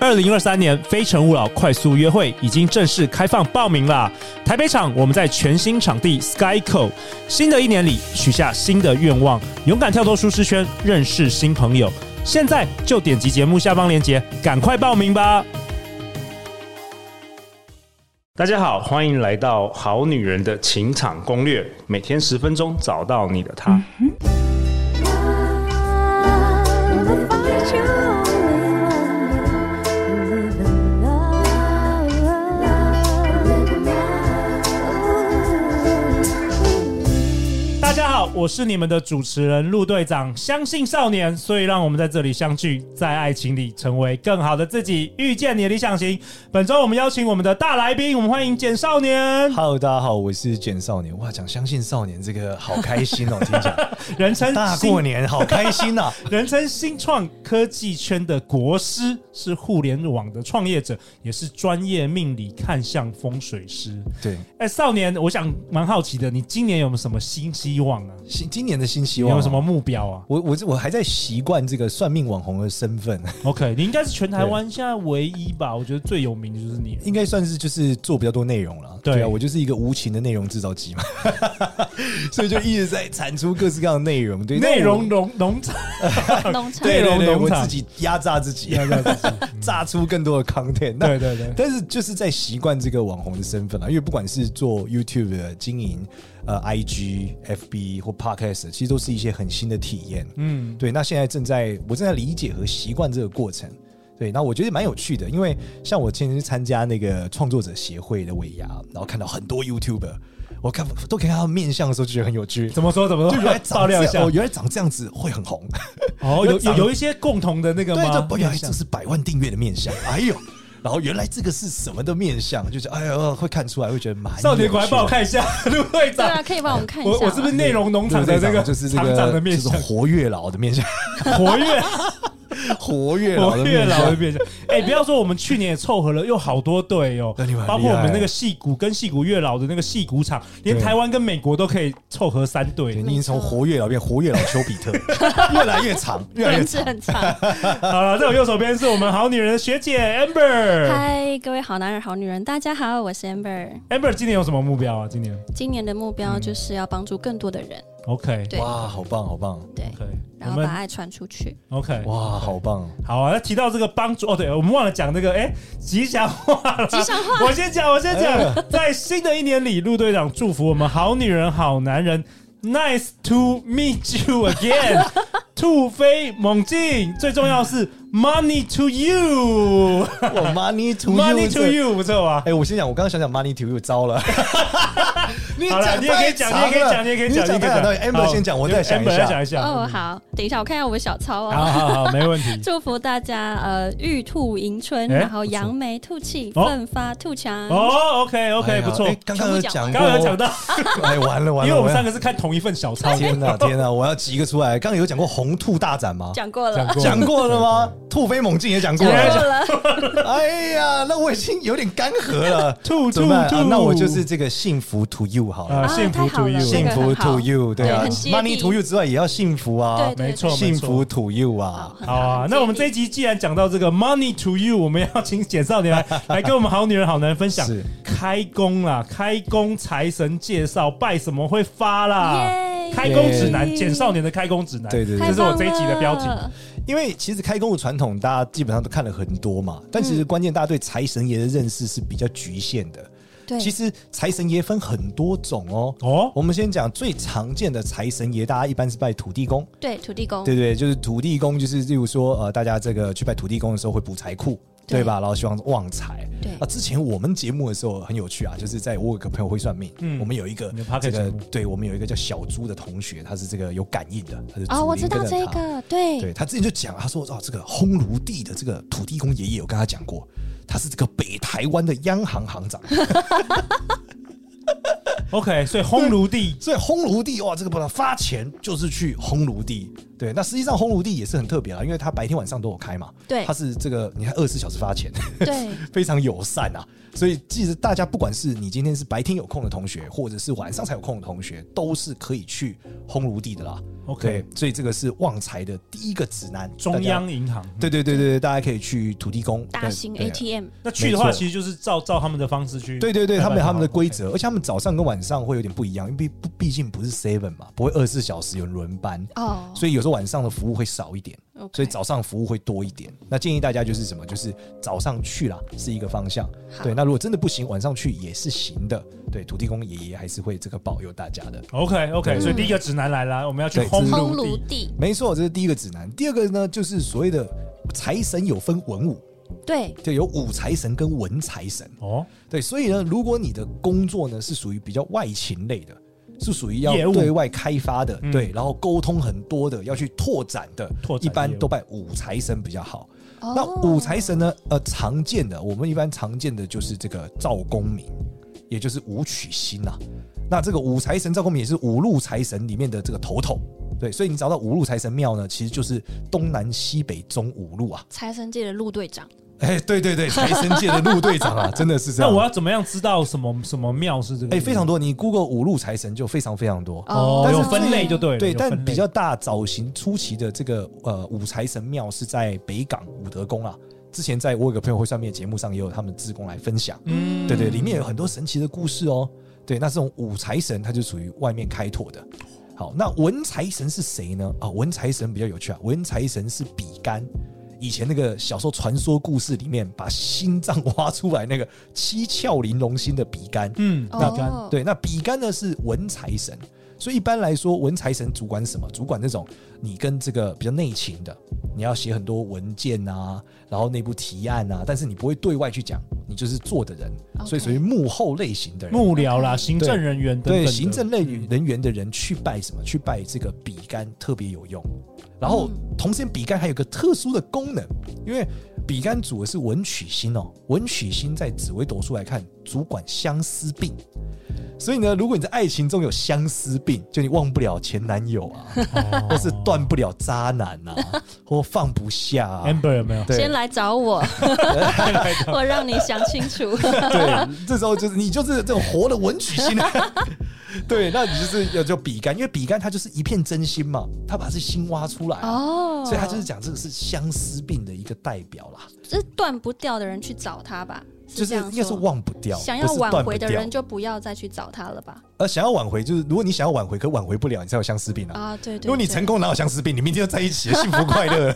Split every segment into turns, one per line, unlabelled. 二零二三年《非诚勿扰》快速约会已经正式开放报名啦！台北场我们在全新场地 SkyCo。新的一年里许下新的愿望，勇敢跳脱舒适圈，认识新朋友。现在就点击节目下方链接，赶快报名吧！大家好，欢迎来到《好女人的情场攻略》，每天十分钟，找到你的他。大家好，我是你们的主持人陆队长。相信少年，所以让我们在这里相聚，在爱情里成为更好的自己，遇见你的理想型。本周我们邀请我们的大来宾，我们欢迎简少年，
Hello，大家好，我是简少年。哇，讲相信少年这个好开心 哦，听起来
人称
大
新
过年好开心啊 呐、
人称新创科技圈的国师，是互联网的创业者，也是专业命理看相风水师。
对，
哎、少年，我想蛮好奇的，你今年有没有什么新希望啊？
新今年的新希
有
望、
没有什么？目标啊
我我我还在习惯这个算命网红的身份，
？OK，你应该是全台湾现在唯一吧？我觉得最有名的就是你。
应该算是就是做比较多内容了。
对
啊，我就是一个无情的内容制造机嘛， 所以就一直在产出各式各样的内容。对，
内容
但
农农场，
农场
我对对
内
对，
容农
我
场
自己压榨自己， 榨出更多的 content。那
对对对，
但是就是在习惯这个网红的身份啦，啊因为不管是做 YouTube 的经营、呃 IG、FB 或 Podcast，其实都是一些很新的体验。
嗯，
对，那现在正在我正在理解和习惯这个过程。对，那我觉得蛮有趣的，因为像我前天去参加那个创作者协会的尾牙，然后看到很多 YouTuber，我看都可以看到面相的时候就觉得很有趣。
怎么说怎么
就原来
说？
长
爆料一
这
下
样哦，原来长这样子会很红。
哦，有有
长
有一些共同的那个
对，这
吗？
不原来这是百万订阅的面相，哎呦，然后原来这个是什么的面相，就是哎呦会看出来，会觉得蛮
少年，
果
果然帮我看一下，陆会
对
长，
啊，可以帮我们看一
我
下吗。
我是不是内容农场的这个
就是这
厂
个
长的面
就
相
是活月老的面相，
活跃？
活月老
我
的
越
面
老
相
越。变相。哎、不要说我们去年也凑合了，又好多队哦
那你们，很
包括我
厉
们
害
那个戏骨跟戏骨月老的那个戏骨场，连
对
台湾跟美国都可以凑合三
对
队。
你已经从活月老变活月老丘比特，越来越长，越来越
名
长
字。很长。
好了，在我右手边是我们好女人的学姐 Amber。
嗨，各位好男人、好女人，大家好，我是 Amber。
Amber 今年有什么目标啊？今年
今年的目标就是要帮助更多的人，
OK
对
哇，好棒，好棒！
对，
OK，我
然后把
们
爱传出去。
OK
哇，好棒！
好啊。那提到这个帮助哦，对我们忘了讲那个哎吉祥话了。
吉祥 话，
我先讲，我先
哎
讲，在新的一年里，陆队长祝福我们好女人、好男人，Nice to meet you again，突飞猛进，最重要是 Money to you，Money
哇，Money to you，
to
这
you 不错吧？
哎，我先讲，我刚刚想讲 Money to you，糟了。哎你
好了，
讲
你也可以讲，你也可以讲，你也可以讲，你也
你
可以讲。
讲到 Amber 先讲，我再想一
Amber 再
下
讲。一下。
哦，好，等一下，我看一下我们小
好
抄哦。
好好，没问 题。
祝福大家呃玉兔迎春，
哎
然后扬眉吐气，
哦
奋发图强。
哦，OK，OK，
哎
不错
哎。刚刚有讲
全部讲完
过，
刚刚有讲到，
哎，完了完
因
了，
为我们
要
三个是看同一份小抄，
天哪天哪，我要挤一个出来。刚刚有讲过红兔大展吗？
讲过
讲
了，
过，
呃讲过了吗？兔飞猛进也讲过
讲
了。
过 了，
哎呀，那我已经有点干涸了
兔
怎
兔
么办啊
兔，？
那我就是这个幸福 to you 好
啊
了，
幸福
太好
to
了
you
这
幸
个
福
很好
to you 对
对
啊
很接地
，money to you 之外也要幸福啊
对，
没错，
幸
没错
福 to you 啊。
好
好啊，那我们这一集既然讲到这个 money to you，我们要请简少年 来来跟我们好女人好男人分享
是
开工啦，开工财神介绍拜什么会发啦，
耶
开工指南，
耶
简少年的开工指南，
对对对
这是我这一集的标题
太棒了
因为其实开工的传统，大家基本上都看了很多嘛，但其实关键大家对财神爷的认识是比较局限的。
对，
其实财神爷分很多种哦。
哦。
我们先讲最常见的财神爷，大家一般是拜土地公，
对土地公，
对对，就是土地公，就是例如说，呃，大家这个去拜土地公的时候会补财库，
对
对吧？然后希望旺财。
对
啊，之前我们节目的时候很有趣啊，就是在我有个朋友会算命，
嗯
我们有一个
你的 podcast
这
节
个
目，
对我们有一个叫小猪的同学，他是这个有感应的，他是
哦，
祖
我
灵
知道
跟着
这
他
个，对
对他之前就讲，他说哦，这个烘炉地的这个土地公爷爷，有跟他讲过，他是这个北台湾的央行行长，
OK，所以烘炉地
所以烘炉地哇，这个不能发钱就是去烘炉地，对，那实际上烘炉地也是很特别啊啦，因为它白天晚上都有开嘛，
对
它是这个你看二十四小时发钱，
对，
非常友善啊。所以，记得大家不管是你今天是白天有空的同学，或者是晚上才有空的同学，都是可以去烘炉地的啦。
OK，
对所以这个是旺财的第一个指南，
中央银行。
大家。对对对对对，大家可以去土地公
大型
啊
对对
ATM
那去的话，
没错
其实就是照照他们的方式去。
对对对，他们
拜
有
拜
他们的
好
规则，而且他们早上跟晚上会有点不一样，因为毕毕竟不是 seven 嘛，不会二十四小时有轮班，
哦，
所以有时候晚上的服务会少一点，
以
所以早上服务会多一点。那建议大家就是什么？就是早上去啦，是一个方向。对，那如果真的不行，晚上去也是行的。对，土地公爷爷还是会这个保佑大家的。
OK OK，
嗯
所以第一个指南来了，我们要去
对
烘
烘
炉
炉
地。
地，
没错，这是第一个指南。第二个呢，就是所谓的财神有分文武，
对
就有武财神跟文财神。
哦，
对，所以呢，如果你的工作呢是属于比较外勤类的，是属于要
业务
对外开发的，
嗯
对，然后沟通很多的，要去拓展的，
拓展
一般
业务
都拜五财神比较好。
哦
那五财神呢，呃，常见的我们一般常见的就是这个赵公明，也就是武曲星呐、那这个五财神赵公明也是五路财神里面的这个头头。对，所以你找到五路财神庙呢，其实就是东南西北中五路啊。
财神界的陆队长，
哎，对对对，财神界的陆队长啊，真的是这
那
样。
我要怎么样知道什么什么庙是这个？
哎、非常多，你 Google 五路财神就非常非常多。
哦，
但是
有分类就对了。
对，
有
但
分类
比较大早型初期的这个呃五财神庙是在北港武德宫啊。之前在我有个朋友会算命的节目上也有他们职工来分享，
嗯
对对，里面有很多神奇的故事哦。对，那这种五财神他就属于外面开拓的。好，那文财神是谁呢？啊，文财神比较有趣啊，文财神是比干。以前那个小时候传说故事里面，把心脏 挖出来那个七窍玲珑心的比干，
嗯，
哦
那
对，那比干呢是文财神，所以一般来说，文财神主管什么？主管那种你跟这个比较内勤的，你要写很多文件啊，然后内部提案啊，但是你不会对外去讲，你就是做的人
OK
所以属于幕后类型的人。
幕僚啦，行政人员等等
对
的
行政类人员的人去拜什么？去拜这个比干特别有用。然后，同时间比干还有个特殊的功能，因为比干主的是文曲星哦，文曲星在紫微斗数来看，主管相思病。所以呢，如果你在爱情中有相思病，就你忘不了前男友啊，或是断不了渣男啊，或放不下啊。
Amber 有没有？
对
先来找我，我让你想清楚。
对，这时候就是你就是这种活的文曲星。 对，那你就是要叫比干，因为比干他就是一片真心嘛，他把这心挖出来、啊，
哦，
所以他就是讲这个是相思病的一个代表啦，
这断不掉的人去找他吧，
就
这
是
样
应该是
说
忘不掉，
想要
不是断
挽
不
回的
掉
人，就不要再去找他了吧？
呃，想要挽回就是如果你想要挽回，可挽回不了，你才有相思病啊。
啊，对
如
对。
果你
对
成，功哪有相思病，你明天就在一起了，幸福快乐。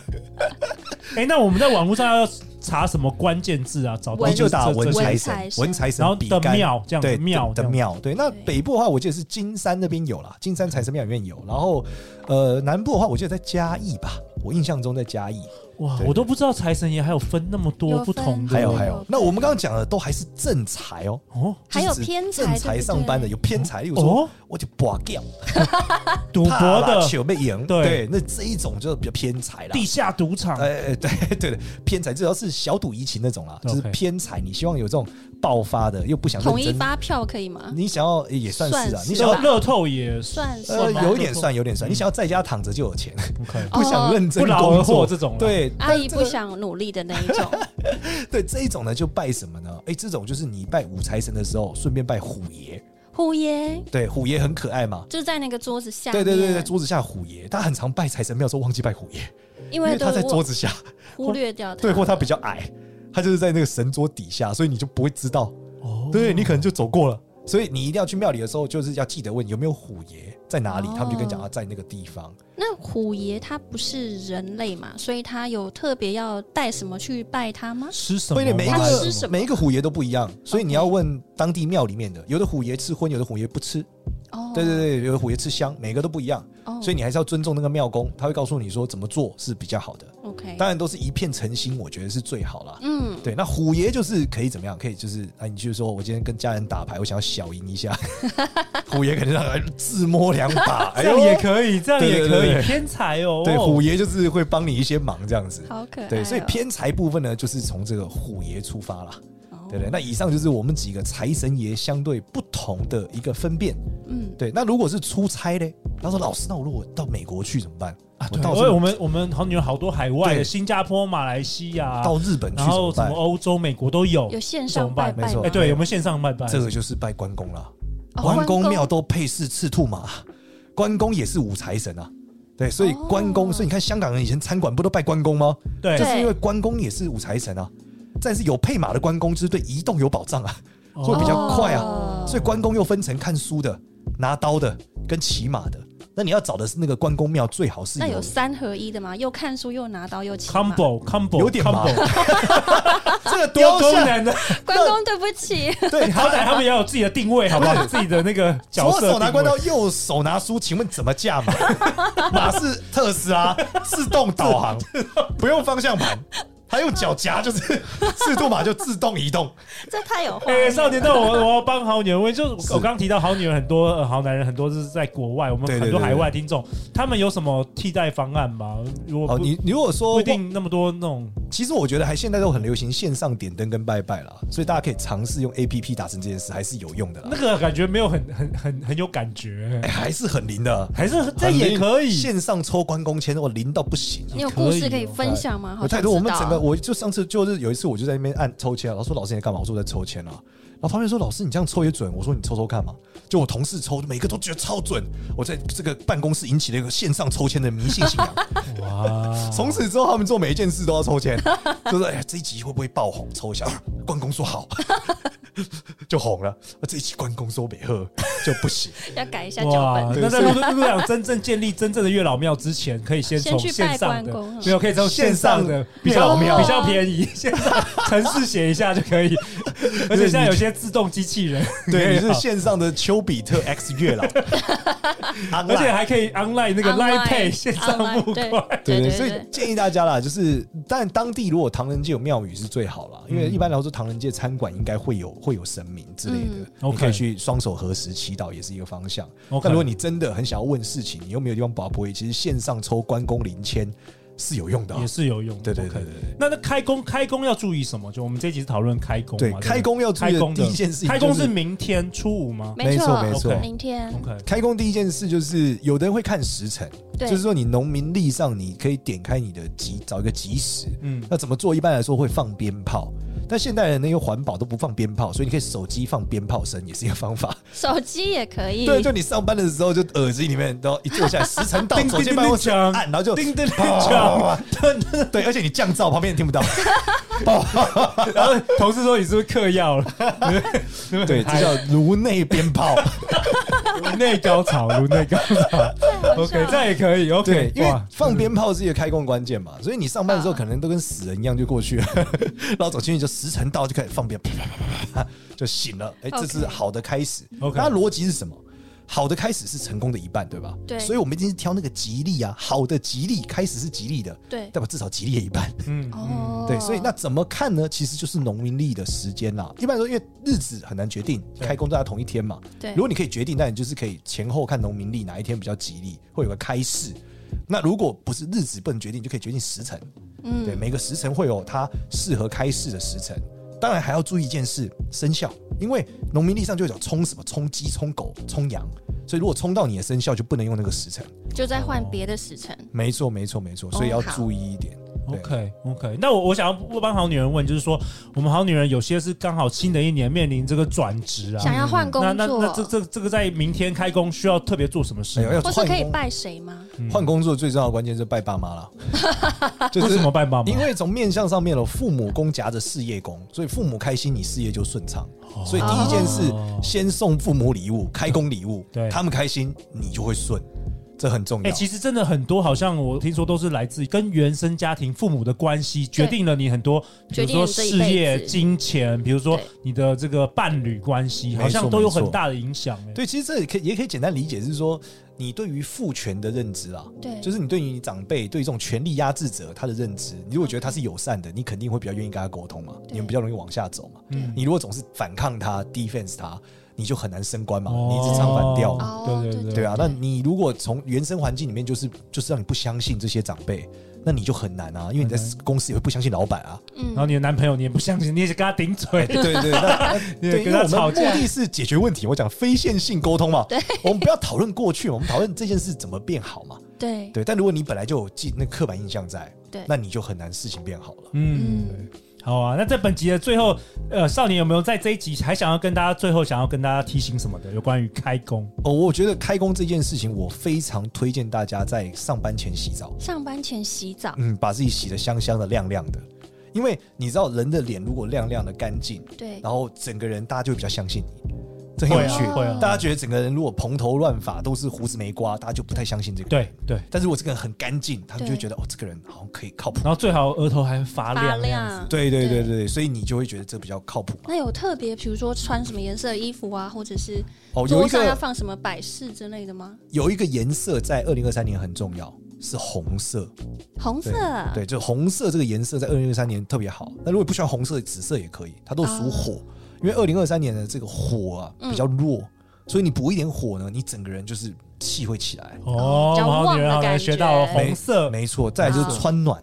哎，那我们在网络上要查什么关键字啊？找到
你
文
就打
这这
文
这
财神
文财，神
文财
然后
神比
的
干
庙这样
对
的庙这
的
样
庙，对。那
对
北部的话，我记得是金山那边有啦，金山财神庙里面有。然后，呃，南部的话，我记得在嘉义吧，我印象中在嘉义，
哇，
对
我都不知道财神爷还有分那么多
有
不
分
同的，
还有
对
还
有
有。那我们刚刚讲的都还是正财哦，
哦
还有
就是指
偏财
正财上班的
对
有偏财，例如说
哦，
我就拔掉，
赌博的
球被赢，
对
对，那这一种就比较偏财啦。
地下赌场，
哎，哎对对对，偏财，主要是小赌怡情那种啦，就是
OK
偏财，你希望有这种爆发的，又不想认
统一
真
发票可以吗？
你想要也算是啊
啊算，是
你想
乐
要
吧
乐透也
算是
呃
吧
有一点算，
乐
有点算。你想要在家躺着就有钱，
透 OK，
哦
不想认真
不劳而获
工作
这种啦
对，
阿姨
但这
不
个
想努力的那一种，
对这一种呢，就拜什么呢？哎，这种就是你拜五财神的时候，顺便拜虎爷。
虎爷
对，虎爷很可爱嘛。
就在那个桌子下
对
面，
对对对，桌子下虎爷，他很常拜财神庙的时候忘记拜虎爷，
因
因
为
为
都
他在桌
啊我
子下，
忽略掉他，
对，或他比较矮，他就是在那个神桌底下，所以你就不会知道，
哦
对你可能就走过了。所以你一定要去庙里的时候，就是要记得问有没有虎爷在哪里，他们就跟你讲
哦
啊，在那个地方。
那虎爷他不是人类嘛，所以他有特别要带什么去拜他吗？
吃什么
所以
啦？
每一
他
个
吃什么
每一个虎爷都不一样，所以你要问当地庙里面的，有的虎爷吃荤，有的虎爷不吃，
哦，
对对对，有的虎爷吃香，每个都不一样，
哦，
所以你还是要尊重那个庙公，他会告诉你说怎么做是比较好的，
OK，
当然都是一片诚心，我觉得是最好啦。
嗯，
对，那虎爷就是可以怎么样？可以就是啊，你就是说我今天跟家人打牌，我想要小赢一下， 虎爷可能让他自摸两把，
这样也
以。
可以，这样也
哎对对
可
对
以，
对
偏财哦，
对，
哦
虎爷就是会帮你一些忙这样子。
好可爱哦，
对，所以偏财部分呢，就是从这个虎爷出发啦。
哦
对不对？那以上就是我们几个财神爷相对不同的一个分辨。
嗯
对，那如果是出差嘞，他说：“老师，那我如果到美国去怎么办？
啊，
我
对，
到这
所以
个
我们我们好像有好多海外的，
对
新加坡、马来西亚，啊
到日本去
然
怎么
后什
办
么欧洲、美国都有
有。线
怎
上
么
拜
办
拜
没
吗
错？”？
对，有没有线上拜拜？？”
这个就是拜关公了。
哦
关公
关
庙都配饰赤兔马，关公也是五财神啊。对，所以
哦
关公，所以你看香港人以前餐馆不都拜关公吗？
对
就
对
是因为关公也是五财神啊。但是有配马的关公，就是对移动有保障啊。会比较快啊
哦
所以关公又分成看书的、拿刀的跟骑马的。那你要找的是那个关公庙，最好是
那有
有
三合一的吗？又看书又拿刀又骑马
combo combo
有点麻
combo
这个
多
雕
功
像，
能的，
关公对不起，
对，
好歹他们也有自己的定位，好不好？自己的那个角
左
色
手拿
定
关
位
刀，右手拿书，请问怎么驾马？ 马是特斯拉，自动导航， 不用方向盘，还用脚夹，就是 赤兔马就自动移动。
这太有画
哎、
面
少年到我我要帮好女人问，就是
是
我刚提到好女人很多，呃好男人很多是在国外，我们
对对
很多
对对
海外听众，他们有什么替代方案吗？如果
哦，
不
你你如果说
不一定那么多那种，
其实我觉得还现在都很流行线上点灯跟拜拜啦，所以大家可以尝试用 A P P 达成这件事，还是有用的啦
那，个感觉没有很很很很有感觉、
哎还是很灵的，
还是这
很灵
也可以。
线上抽关公签，我灵到不行啊
你有故事可以分享吗？好
我
想
太多，我们
知道
整个我就上次就是有一次我就在那边按抽签啊，然后说老师你在干嘛？我说我在抽签啊。然后旁边说老师你这样抽也准，我说你抽抽看嘛。就我同事抽，每个都觉得超准。我在这个办公室引起了一个线上抽签的迷信信仰。
哇，
从此之后，他们做每一件事都要抽签， 就是哎呀这一集会不会爆红？抽一下，啊关公说好， 就红了。啊这一集关公说没喝就不行。
要改一下脚
哇
本，，
那在路路上真正建立真正的月老庙之前，可以先
先
从
去
线
拜
上
关
的
公啊
没有，可以从线上的比较
月老庙
比较便宜，线上城市写一下就可以，而且现在有些自动机器人，
对，啊你
可以
是线上的丘比特 X 月 老，啊
而
而
且还可以 online 那个 Line
Online，
Pay 线上付
online，
款。
对
对
对，
对
所以
对
建议大家啦，就是但当地如果唐人街有庙宇是最好啦，因为一般来说唐人街餐馆应该会有会有神明之类
嗯
的，你
OK
可以去双手合十祈祷也是一个方向。
OK
但如果你真的很想要问事情，你又没有地方把杯，其实线上抽关公零签是有用的啊、
也是有用的，
对对
OK
对对对。
那那开工开工要注意什么？就我们这一集是讨论开工嘛，
对
不
开工要注意
开
的
工
第一件事情
开工
就是
是明天初五吗
没
错没错
OK。
明天
？OK，
开工第一件事就是，有的人会看时辰，
对
就是说你农民历上你可以点开你的吉，找一个吉时，
嗯，
那怎么做？一般来说会放鞭炮，但现代人呢又环保都不放鞭炮，所以你可以手机放鞭炮声也是一个方法。
手机也可以，
对，就你上班的时候就耳机里面，然后一 坐下来时辰到，
叮
走进
叮
办公室
叮锵
按，然后就
叮叮叮
啪
锵，噔噔
对，而且你降噪旁边也听不到。
噔然后同事说你是不是嗑药了？
对，这叫颅内 鞭炮。
颅内高潮，颅内 高潮。OK，这样也可 以。
对
OK，，
因为
哇
放鞭炮是一个开工关键嘛， 所以你上班的时候可能都跟死人一样就过去了， 然后走进去就时辰到就开始放鞭，啪啪啪啪啪 就醒了。哎，这是
OK
好的开始。
OK
那逻辑是什么？好的开始是成功的一半，对吧？
对
所以我们一定是挑那个吉利啊，好的吉利开始是吉利的，
对
代表至少吉利也一半。
嗯，
哦，
对，所以那怎么看呢？其实就是农民历的时间啦。一般来说，因为日子很难决定，
对
开工大家同一天嘛。
对
如果你可以决定，那你就是可以前后看农民历哪一天比较吉利，会有个开市。那如果不是日子不能决定，你就可以决定时辰。
嗯
对，每个时辰会有它适合开市的时辰。当然还要注意一件事，生肖，因为农民历上就有讲冲什么冲鸡、冲狗、冲羊，所以如果冲到你的生肖就不能用那个时辰。
就在换别的时辰，
没错，没错，没错，所以要
哦好
注意一点。对
OK OK，那我我想要帮好女人问，就是说我们好女人有些是刚好新的一年面临这个转职
想
啊，
要换工
那
作，
那那这这这个在明天开工需要特别做什么事
哎呦，
吗？
要
或是
换
可以
工
拜谁吗？
换工作最重要的关键是拜爸妈 啦，就
为
是
什么拜爸妈
因？为从面相上面了，父母宫夹着事业宫，所以父母开心，你事业就顺畅。所以第一件事
哦，
先送父母礼物，开工礼物
对，
他们开心，你就会顺，这很重
哎、
要。
其实真的很多，好像我听说都是来自于跟原生家庭、父母的关系，决定了你很多，比
决
如
定了
说
你这一
事业、
辈子
金钱，比如说
对
你的这个伴侣关系，
没
好像
错
都有
没错
很大的影响、哎，
对，其实这也可以也可以简单理解是说，你对于父权的认知啦，啊
对
就是你对于你长辈对于这种权力压制者他的认知，你如果觉得他是友善的，你肯定会比较愿意跟他沟通嘛，
对
你们比较容易往下走嘛。
嗯
你如果总是反抗他、defense 他，你就很难升官嘛，
哦
你一直唱反调嘛。
哦
对对
对
对啊，那你如果从原生环境里面就是就是让你不相信这些长辈，那你就很难啊，因为你在
很难
公司也会不相信老板啊。
嗯
然后你的男朋友你也不相信，你也是跟他顶嘴，
对对 对，那
你
对，
也跟
因为
他
我们
吵
目
架。
的是解决问题，我讲非线性沟通嘛。
对，
我们不要讨论过去，我们讨论这件事怎么变好嘛。
对
对，但如果你本来就有记那刻板印象在，
对
那你就很难事情变好了。
嗯，
嗯
好啊。那在本集的最后，呃，少年有没有在这一集还想要跟大家最后想要跟大家提醒什么的？有关于开工，
哦，我觉得开工这件事情，我非常推荐大家在上班前洗澡，
上班前洗澡，
嗯，把自己洗得香香的、亮亮的，因为你知道人的脸如果亮亮的、干净，
对
然后整个人大家就会比较相信你，这很有趣。
会啊，
大家觉得整个人如果蓬头乱发，都是胡子没刮，大家就不太相信这个人。
对嗯对。
但是我这个人很干净，他们就会
对
觉得哦，这个人好像可以靠谱。
然后最好额头还发
发
亮那样子。
亮。
对对对
对
对对，所以你就会觉得这比较靠谱嘛。
那有特别，比如说穿什么颜色的衣服啊，或者是
哦，有
桌
一
上要
个
放什么摆饰之类的吗？
有一个颜色在二零二三年很重要，是红色。
红色，
对，就红色这个颜色在二零二三年特别好。那如果不喜欢红色，紫色也可以，它都属火。因为二零二三年的这个火啊比较弱，所以你补一点火呢，你整个人就是气会起来。
哦，
比较
好女人好男人
旺的感
学到了
觉
红色，
没错，再来就是
啊
穿暖，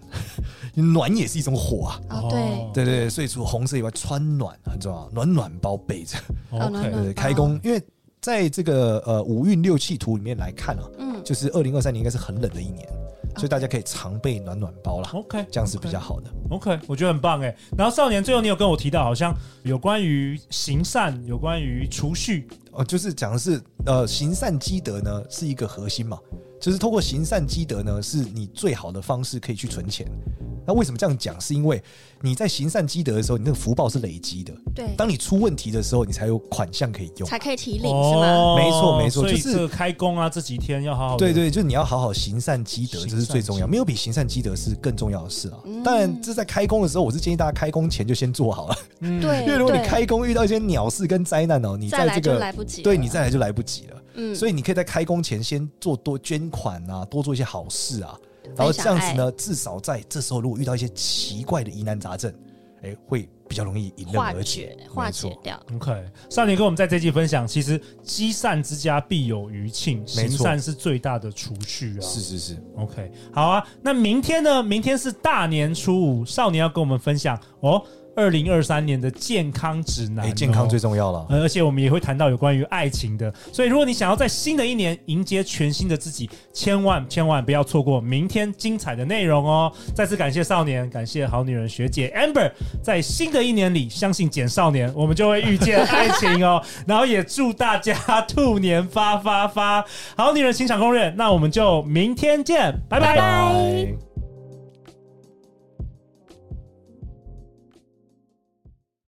暖也是一种火啊。
哦对，
对对对，所以除了红色以外，穿暖很重要，暖暖包被子。
哦暖
对
，OK，
暖
对，开工，因为在这个呃五运六气图里面来看啊，
嗯，
就是二零二三年应该是很冷的一年，所以大家可以常备暖暖包啦，
OK，
这样是比较好的。
OK，我觉得很棒哎。然后少年最后你有跟我提到，好像有关于行善，有关于储蓄，
哦，就是讲的是呃行善积德呢是一个核心嘛，就是透过行善积德呢是你最好的方式可以去存钱。那为什么这样讲？是因为你在行善积德的时候，你那个福报是累积的。
对，
当你出问题的时候，你才有款项可以用。
才可以提领是吗？
没错没错
哦所以
就是
这个开工啊，这几天要好好
对对，就是你要好好行善积德，
行
这是最重
善积
要，
德
没有比行善积德是更重要的事啊。
嗯
当然，这在开工的时候，我是建议大家开工前就先做好了，
嗯
对，
因为如果你
对
开工遇到一些鸟事跟灾难哦，你
再来
在这
就
个
来不及了，
对你再来就来不及了。
嗯，
所以你可以在开工前先做多捐款啊，多做一些好事啊，然后这样子呢，至少在这时候如果遇到一些奇怪的疑难杂症，哎，会比较容易迎刃
化
而解
解。化
没
解
错
掉，
OK，少年跟我们在这期分享，其实积善之家必有余庆，
错
行善是最大的储蓄啊。
是是是，
OK，好啊。那明天呢？明天是大年初五，少年要跟我们分享哦，二零二三年的健康指南、
哎，健康
哦
最重要了。
呃，而且我们也会谈到有关于爱情的，所以如果你想要在新的一年迎接全新的自己，千万千万不要错过明天精彩的内容哦！再次感谢少年，感谢好女人学姐 Amber，在新的一年里，相信简少年，我们就会遇见爱情哦。 然后也祝大家兔年发发发！好女人情场攻略，那我们就明天见，拜拜
拜